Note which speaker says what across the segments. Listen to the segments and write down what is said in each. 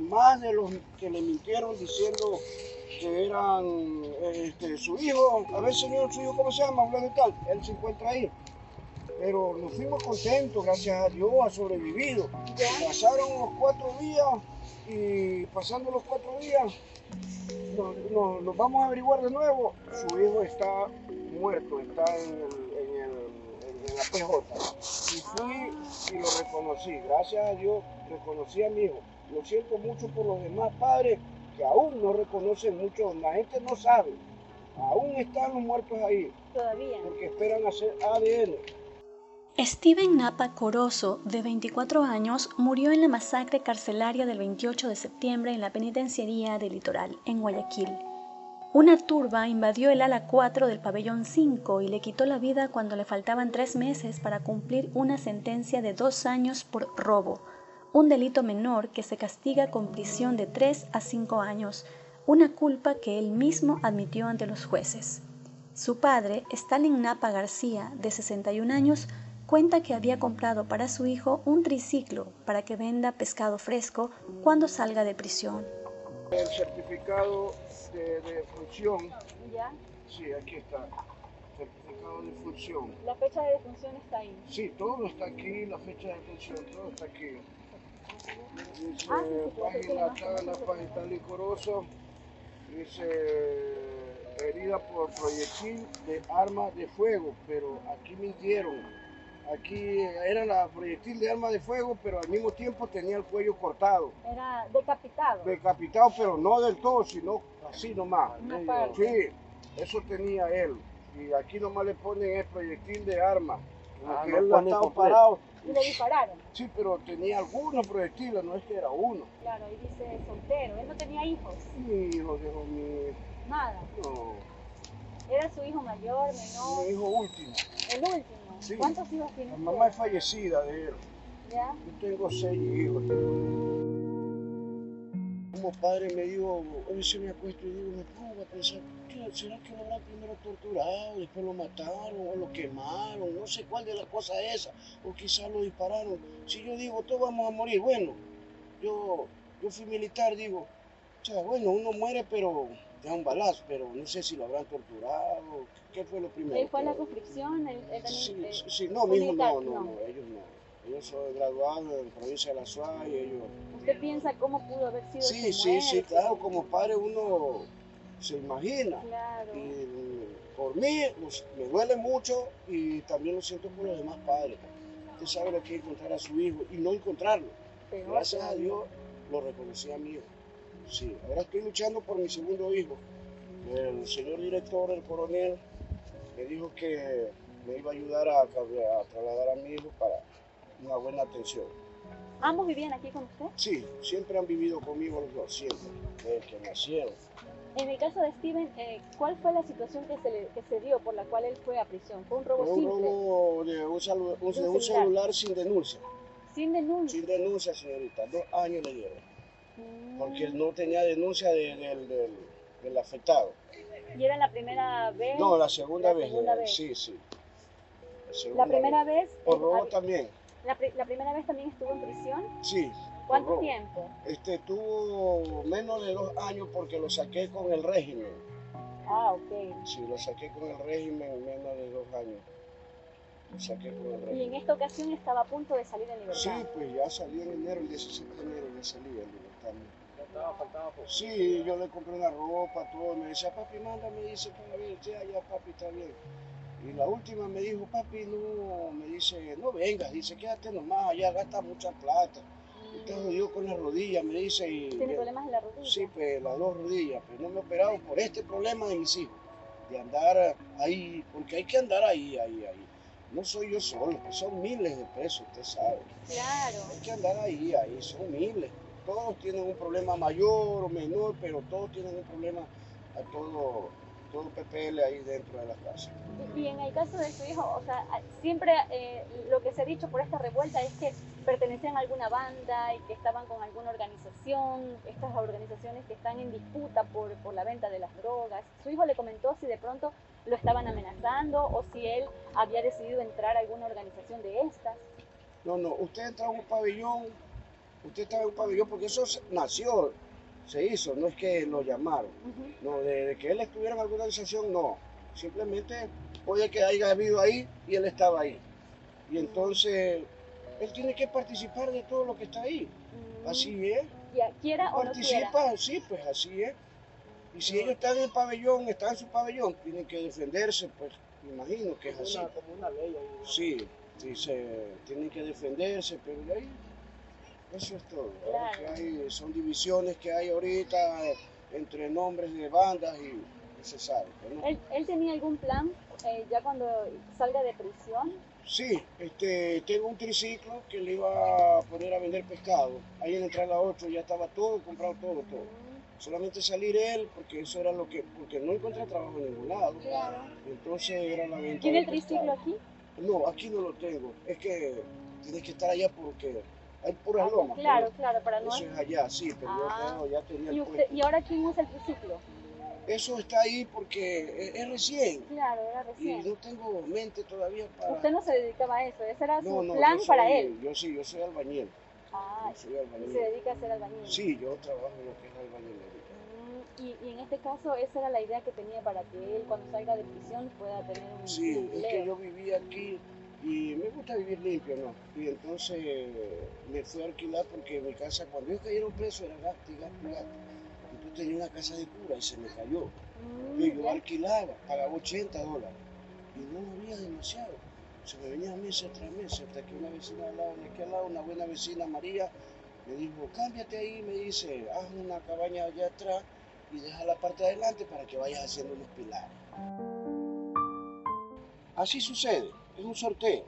Speaker 1: más de los que le mintieron diciendo que eran este, su hijo. A ver, señor, su hijo, ¿cómo se llama? Hablando tal. Él se encuentra ahí. Pero nos fuimos contentos, gracias a Dios, ha sobrevivido. Pasaron los cuatro días y pasando los cuatro días nos, nos- nos vamos a averiguar de nuevo. Su hijo está muerto, está en, el- en el- en- en la PJ. Y fui y lo reconocí, gracias a Dios reconocí a mi hijo. Lo siento mucho por los demás padres que aún no reconocen mucho, la gente no sabe. Aún están los muertos ahí
Speaker 2: Todavía.
Speaker 1: porque esperan hacer ADN.
Speaker 3: Steven Napa Corozo, de 24 años, murió en la masacre carcelaria del 28 de septiembre en la penitenciaría de Litoral, en Guayaquil. Una turba invadió el ala 4 del pabellón 5 y le quitó la vida cuando le faltaban tres meses para cumplir una sentencia de dos años por robo, un delito menor que se castiga con prisión de 3 a 5 años, una culpa que él mismo admitió ante los jueces. Su padre, Stalin Napa García, de 61 años, cuenta que había comprado para su hijo un triciclo para que venda pescado fresco cuando salga de prisión.
Speaker 1: El certificado de, de función,
Speaker 2: Ya.
Speaker 1: sí, aquí está, certificado de función.
Speaker 2: La fecha de defunción está ahí.
Speaker 1: Sí, todo está aquí, la fecha de función, todo está aquí. Dice
Speaker 2: Ah, sí, sí, claro, tiene
Speaker 1: página
Speaker 2: más
Speaker 1: tal, la
Speaker 2: información.
Speaker 1: página tal y corozo. Dice herida por proyectil de arma de fuego, pero aquí mintieron. Aquí eh, era la proyectil de arma de fuego, pero al mismo tiempo tenía el cuello cortado.
Speaker 2: Era decapitado.
Speaker 1: decapitado, pero no del todo, sino así nomás.
Speaker 2: Una parte.
Speaker 1: Sí, eso tenía él. Y aquí nomás le ponen el proyectil de arma. Como
Speaker 4: Ah,
Speaker 1: que
Speaker 4: no
Speaker 1: él la
Speaker 4: ponen
Speaker 1: estaba
Speaker 4: completo.
Speaker 1: parado.
Speaker 2: Y le dispararon.
Speaker 1: Sí, pero tenía algunos proyectiles, no es que era uno.
Speaker 2: Claro, ahí dice soltero. Él no tenía hijos.
Speaker 1: Mi hijo, dijo mi,
Speaker 2: Nada.
Speaker 1: no,
Speaker 2: Era su hijo mayor, menor,
Speaker 1: mi hijo último.
Speaker 2: el último.
Speaker 1: Sí.
Speaker 2: ¿Cuántos hijos tiene?
Speaker 1: La
Speaker 2: usted?
Speaker 1: mamá es fallecida de él.
Speaker 2: ¿Ya?
Speaker 1: Yo tengo seis hijos. Como padre me digo, a veces me acuesto y digo, me pongo a pensar, ¿qué- ¿será que lo habrán primero torturado, después lo mataron o lo quemaron? No sé cuál de las cosas es esa, o quizás lo dispararon. Si yo digo, todos vamos a morir, bueno, yo, yo fui militar, digo, o sea, bueno, uno muere, pero da un balazo, pero no sé si lo habrán torturado, ¿qué fue lo primero?
Speaker 2: Él fue a la
Speaker 1: Pero-
Speaker 2: conscripción, él, él también.
Speaker 1: Sí,
Speaker 2: eh,
Speaker 1: sí, sí, no,
Speaker 2: un
Speaker 1: mi hijo
Speaker 2: militar,
Speaker 1: no, no,
Speaker 2: no.
Speaker 1: no, ellos no. Ellos son graduados en provincia de la SUA y ellos...
Speaker 2: ¿Usted piensa cómo pudo haber sido
Speaker 1: Sí,
Speaker 2: su
Speaker 1: sí, sí,
Speaker 2: muerte?
Speaker 1: claro, como padre uno se imagina.
Speaker 2: Claro.
Speaker 1: Y mm, por mí pues, me duele mucho y también lo siento por los demás padres. Usted sabe lo que es encontrar a su hijo y no encontrarlo.
Speaker 2: Peor
Speaker 1: Gracias a
Speaker 2: todavía.
Speaker 1: Dios lo reconocí a mi hijo. Sí, ahora estoy luchando por mi segundo hijo. El señor director, el coronel, me dijo que me iba a ayudar a, tra- a trasladar a mi hijo para una buena atención.
Speaker 2: ¿Ambos vivían aquí con usted?
Speaker 1: Sí, siempre han vivido conmigo los dos, siempre, desde que nacieron.
Speaker 2: En el caso de Steven, eh, ¿cuál fue la situación que se, le- que se dio por la cual él fue a prisión? ¿Fue un robo
Speaker 1: Fue un
Speaker 2: simple?
Speaker 1: robo de un, salu- un-
Speaker 2: De un
Speaker 1: de un
Speaker 2: celular.
Speaker 1: celular sin denuncia.
Speaker 2: ¿Sin denuncia?
Speaker 1: Sin denuncia, señorita. Dos años le dieron.
Speaker 2: Mm.
Speaker 1: Porque no tenía denuncia de- del- del- del afectado.
Speaker 2: ¿Y era la primera vez?
Speaker 1: No, la segunda
Speaker 2: La
Speaker 1: vez,
Speaker 2: segunda
Speaker 1: eh,
Speaker 2: vez.
Speaker 1: Sí, sí. La,
Speaker 2: la
Speaker 1: segunda
Speaker 2: primera
Speaker 1: vez.
Speaker 2: vez.
Speaker 1: Por
Speaker 2: eh,
Speaker 1: robo
Speaker 2: hab-
Speaker 1: también.
Speaker 2: la, pri- la primera vez también estuvo en prisión.
Speaker 1: Sí. por
Speaker 2: ¿Cuánto
Speaker 1: robo.
Speaker 2: tiempo?
Speaker 1: Este tuvo menos de dos años porque lo saqué con el régimen.
Speaker 2: Ah, ok.
Speaker 1: Sí, lo saqué con el régimen menos de dos años. Lo saqué con el
Speaker 2: Y en
Speaker 1: régimen.
Speaker 2: esta ocasión estaba a punto de salir en
Speaker 1: Sí,
Speaker 2: libertad.
Speaker 1: pues ya salí en enero, el 17 de enero ya salí en libertad.
Speaker 4: Ya estaba, faltaba poco.
Speaker 1: Sí, yo le compré una ropa, todo. Me decía, papi, mándame, dice, para ver, ya, ya, papi, está bien. Y la última me dijo, papi, no, me dice, no vengas, dice, quédate nomás, allá gasta mucha plata. Y te jodió con las rodillas, me dice, y.
Speaker 2: Mm. Tiene problemas en la rodilla.
Speaker 1: eh, Sí, pues las dos rodillas, pero no me he operado por este problema de mis hijos, de andar ahí, porque hay que andar ahí, ahí, ahí. No soy yo solo, pues, son miles de pesos, usted sabe.
Speaker 2: Claro.
Speaker 1: Hay que andar ahí, ahí, son miles. Todos tienen un problema mayor o menor, pero todos tienen un problema a todo, todo PPL ahí dentro de la casa.
Speaker 2: Y, y en el caso de su hijo, o sea, a- siempre eh, lo que se ha dicho por esta revuelta es que pertenecían a alguna banda y que estaban con alguna organización, estas organizaciones que están en disputa por, por la venta de las drogas. Su hijo le comentó si de pronto lo estaban amenazando o si él había decidido entrar a alguna organización de estas.
Speaker 1: No, no, usted entra a un pabellón usted está en un pabellón, porque eso se- nació, se hizo, no es que lo llamaron.
Speaker 2: Ujú.
Speaker 1: No, de, de que él estuviera en alguna organización, no. Simplemente puede que haya habido ahí y él estaba ahí. Y entonces, él tiene que participar de todo lo que está ahí.
Speaker 2: Mm.
Speaker 1: Así es.
Speaker 2: Ya, quiera o no quiera.
Speaker 1: Participa, sí, pues así es. Y si ellos están en el pabellón, están en su pabellón, tienen que defenderse, pues me imagino que es así.
Speaker 4: una, como una ley ahí. ¿no?
Speaker 1: Sí, sí, se- tienen que defenderse, pero de ahí eso es todo. Ahora que
Speaker 2: Claro.
Speaker 1: hay- son divisiones que hay ahorita eh, entre nombres de bandas y, y se sabe. pues, ¿no?
Speaker 2: ¿Él, él tenía algún plan eh, ya cuando salga de prisión?
Speaker 1: Sí, este, tengo un triciclo que le iba a poner a vender pescado. Ahí en la entrada 8 ya estaba todo, comprado todo, todo. Solamente salir él, porque eso era lo que, porque no encontré trabajo en ningún lado.
Speaker 2: Claro.
Speaker 1: Entonces era la venta.
Speaker 2: ¿Tiene el
Speaker 1: de pescado.
Speaker 2: triciclo aquí?
Speaker 1: No, aquí no lo tengo. Es que tienes que estar allá porque hay puras
Speaker 2: Ah,
Speaker 1: lomas. ¿no?
Speaker 2: claro, claro, para no.
Speaker 1: Eso es allá, sí, pero
Speaker 2: Ah.
Speaker 1: yo no, ya tenía el
Speaker 2: ¿Y, usted,
Speaker 1: puesto.
Speaker 2: ¿Y ahora quién usa el triciclo?
Speaker 1: Eso está ahí porque es, es recién
Speaker 2: Claro, era
Speaker 1: y
Speaker 2: recién.
Speaker 1: no tengo mente todavía para...
Speaker 2: Usted no se dedicaba a eso, ese era su
Speaker 1: No, no,
Speaker 2: plan
Speaker 1: yo
Speaker 2: para
Speaker 1: soy-
Speaker 2: él.
Speaker 1: Yo sí, yo soy albañil.
Speaker 2: Ah,
Speaker 1: Yo soy
Speaker 2: y
Speaker 1: albañil.
Speaker 2: se dedica a ser albañil.
Speaker 1: Sí, yo trabajo en lo que es la albañilería.
Speaker 2: Mm, Y, y en este caso, esa era la idea que tenía para que él, cuando salga de prisión, pueda tener un, un
Speaker 1: Sí, es que
Speaker 2: empleo.
Speaker 1: yo viví aquí y me gusta vivir limpio, ¿no? Y entonces me fui a alquilar porque mi casa, cuando ellos cayeron presos, era gasto y gasto y gasto. Entonces tenía una casa de cura y se me cayó.
Speaker 2: Mm,
Speaker 1: Y yo
Speaker 2: ya.
Speaker 1: alquilaba, pagaba 80 dólares. Y no había demasiado. Se me venía meses tras meses, hasta que una vecina al lado, de aquí al lado, una buena vecina, María, me dijo, cámbiate ahí, me dice, haz una cabaña allá atrás y deja la parte de adelante para que vayas haciendo unos pilares. Así sucede, es un sorteo,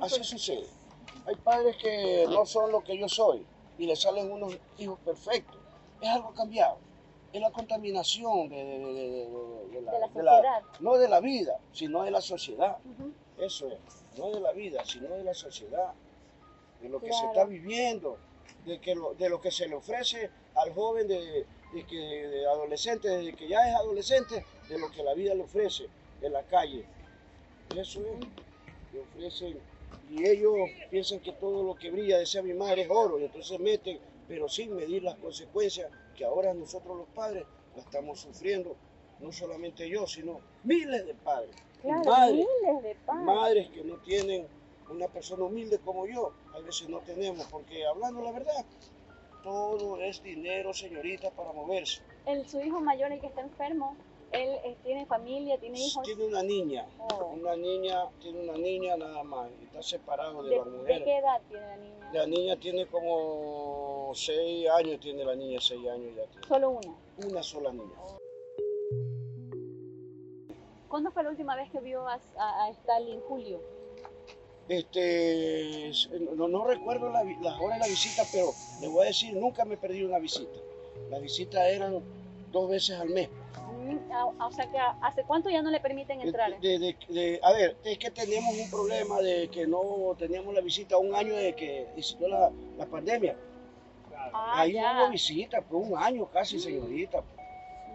Speaker 1: así sucede. Hay padres que no son lo que yo soy y le salen unos hijos perfectos. Es algo cambiado. Es la contaminación de, de- de- de- de- de la,
Speaker 2: De la
Speaker 1: de la-
Speaker 2: sociedad.
Speaker 1: no de la vida, sino de la sociedad.
Speaker 2: Ujú.
Speaker 1: Eso es. No de la vida, sino de la sociedad. De lo que se
Speaker 2: Claro.
Speaker 1: está viviendo. De, que lo, de lo que se le ofrece al joven de, de que, de adolescente, desde que ya es adolescente, de lo que la vida le ofrece en la calle. Eso es. Le ofrecen. Y ellos piensan que todo lo que brilla, decía mi madre, es oro. Y entonces meten, pero sin medir las consecuencias que ahora nosotros los padres la estamos sufriendo. No solamente yo, sino miles de padres. y
Speaker 2: Claro,
Speaker 1: madres
Speaker 2: miles de padres.
Speaker 1: madres que no tienen una persona humilde como yo, a veces no tenemos, porque hablando la verdad, todo es dinero, señorita, para moverse.
Speaker 2: El, su hijo mayor, el que está enfermo, él eh, tiene familia, tiene hijos.
Speaker 1: Tiene una niña,
Speaker 2: Oh.
Speaker 1: una niña, tiene una niña nada más, y está separado de,
Speaker 2: ¿De,
Speaker 1: la
Speaker 2: de
Speaker 1: mujer.
Speaker 2: qué edad tiene la niña?
Speaker 1: La niña tiene como seis años, tiene la niña seis años ya tiene.
Speaker 2: Solo una.
Speaker 1: Una sola niña.
Speaker 2: ¿Cuándo fue la última vez que vio a, a, a Stalin? Julio.
Speaker 1: Este, no, no recuerdo la vi- las horas de la visita, pero le voy a decir, nunca me he perdido una visita. Las visitas eran dos veces al mes.
Speaker 2: Mm, ah, ah, o sea que ah, hace cuánto ya no le permiten
Speaker 1: Este,
Speaker 2: entrar.
Speaker 1: De- de- de- a ver, es que tenemos un problema de que no teníamos la visita un año de que existió la, la pandemia.
Speaker 4: Claro.
Speaker 2: Ah,
Speaker 1: Ahí
Speaker 2: ya, Mm.
Speaker 1: no hubo visita, por un año casi, señorita.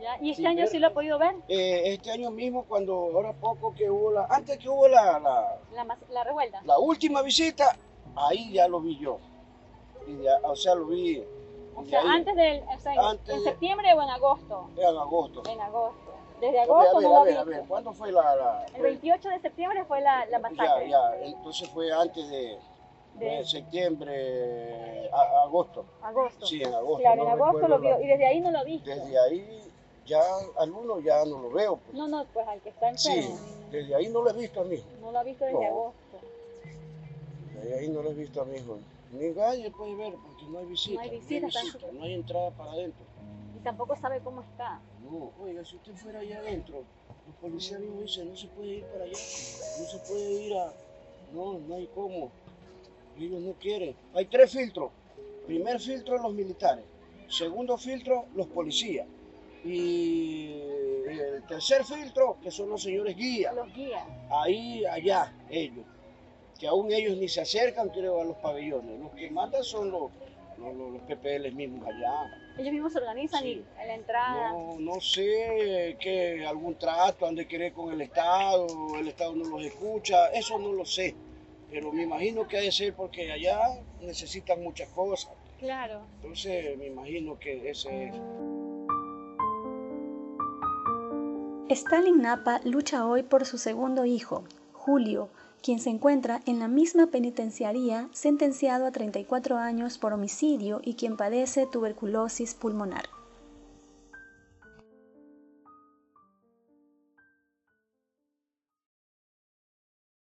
Speaker 2: ya. ¿Y este
Speaker 1: sin
Speaker 2: año
Speaker 1: ver.
Speaker 2: sí lo ha podido ver?
Speaker 1: Eh, este año mismo, cuando ahora poco que hubo la, antes que hubo la, la,
Speaker 2: La, mas- la revuelta.
Speaker 1: la última visita, ahí ya lo vi yo. Y ya, o sea, lo vi
Speaker 2: O
Speaker 1: de
Speaker 2: sea,
Speaker 1: ahí,
Speaker 2: antes del. o sea, en-
Speaker 1: Antes
Speaker 2: ¿En
Speaker 1: de-
Speaker 2: septiembre o en agosto?
Speaker 1: en agosto.
Speaker 2: En agosto. Desde
Speaker 1: A ver,
Speaker 2: agosto
Speaker 1: a ver,
Speaker 2: no
Speaker 1: a
Speaker 2: lo
Speaker 1: ver, a
Speaker 2: vi.
Speaker 1: ver, ¿cuándo fue la...? la-
Speaker 2: El 28 de septiembre fue la, la
Speaker 1: ya,
Speaker 2: masacre.
Speaker 1: ya, pues, entonces fue antes de,
Speaker 2: De-
Speaker 1: de septiembre, a- agosto.
Speaker 2: Agosto.
Speaker 1: Sí, en agosto.
Speaker 2: claro,
Speaker 1: no
Speaker 2: en agosto
Speaker 1: recuerdo
Speaker 2: lo vio.
Speaker 1: la-
Speaker 2: Y desde ahí no lo ha visto.
Speaker 1: Desde ahí ya al uno ya no lo veo. pues.
Speaker 2: No, no, pues al que está
Speaker 1: Sí,
Speaker 2: enfermo.
Speaker 1: desde ahí no lo he visto a mi hijo.
Speaker 2: No lo ha visto desde
Speaker 1: No.
Speaker 2: agosto.
Speaker 1: Desde ahí no lo he visto a mi hijo. Ni calle puede ver porque no hay visita.
Speaker 2: visita, está en su-
Speaker 1: visita, no hay entrada para adentro.
Speaker 2: Y tampoco sabe cómo está.
Speaker 1: No, oiga, si usted fuera allá adentro, los policías mismos dicen, no se puede ir para allá, no se puede ir a... No, no hay cómo. Ellos no quieren. Hay tres filtros. Primer filtro, los militares. Segundo filtro, los policías. Y el tercer filtro, que son los señores guías.
Speaker 2: Los guías.
Speaker 1: Ahí, allá, ellos. Que aún ellos ni se acercan, creo, a los pabellones. Los que matan son los, los, los- los PPL mismos allá.
Speaker 2: Ellos mismos se organizan
Speaker 1: Sí.
Speaker 2: y en la entrada.
Speaker 1: No, no sé que algún trato han de querer con el Estado, el Estado no los escucha, eso no lo sé. Pero me imagino que ha de ser porque allá necesitan muchas cosas.
Speaker 2: Claro.
Speaker 1: Entonces me imagino que ese es.
Speaker 3: Stalin Napa lucha hoy por su segundo hijo, Julio, quien se encuentra en la misma penitenciaría sentenciado a 34 años por homicidio y quien padece tuberculosis pulmonar.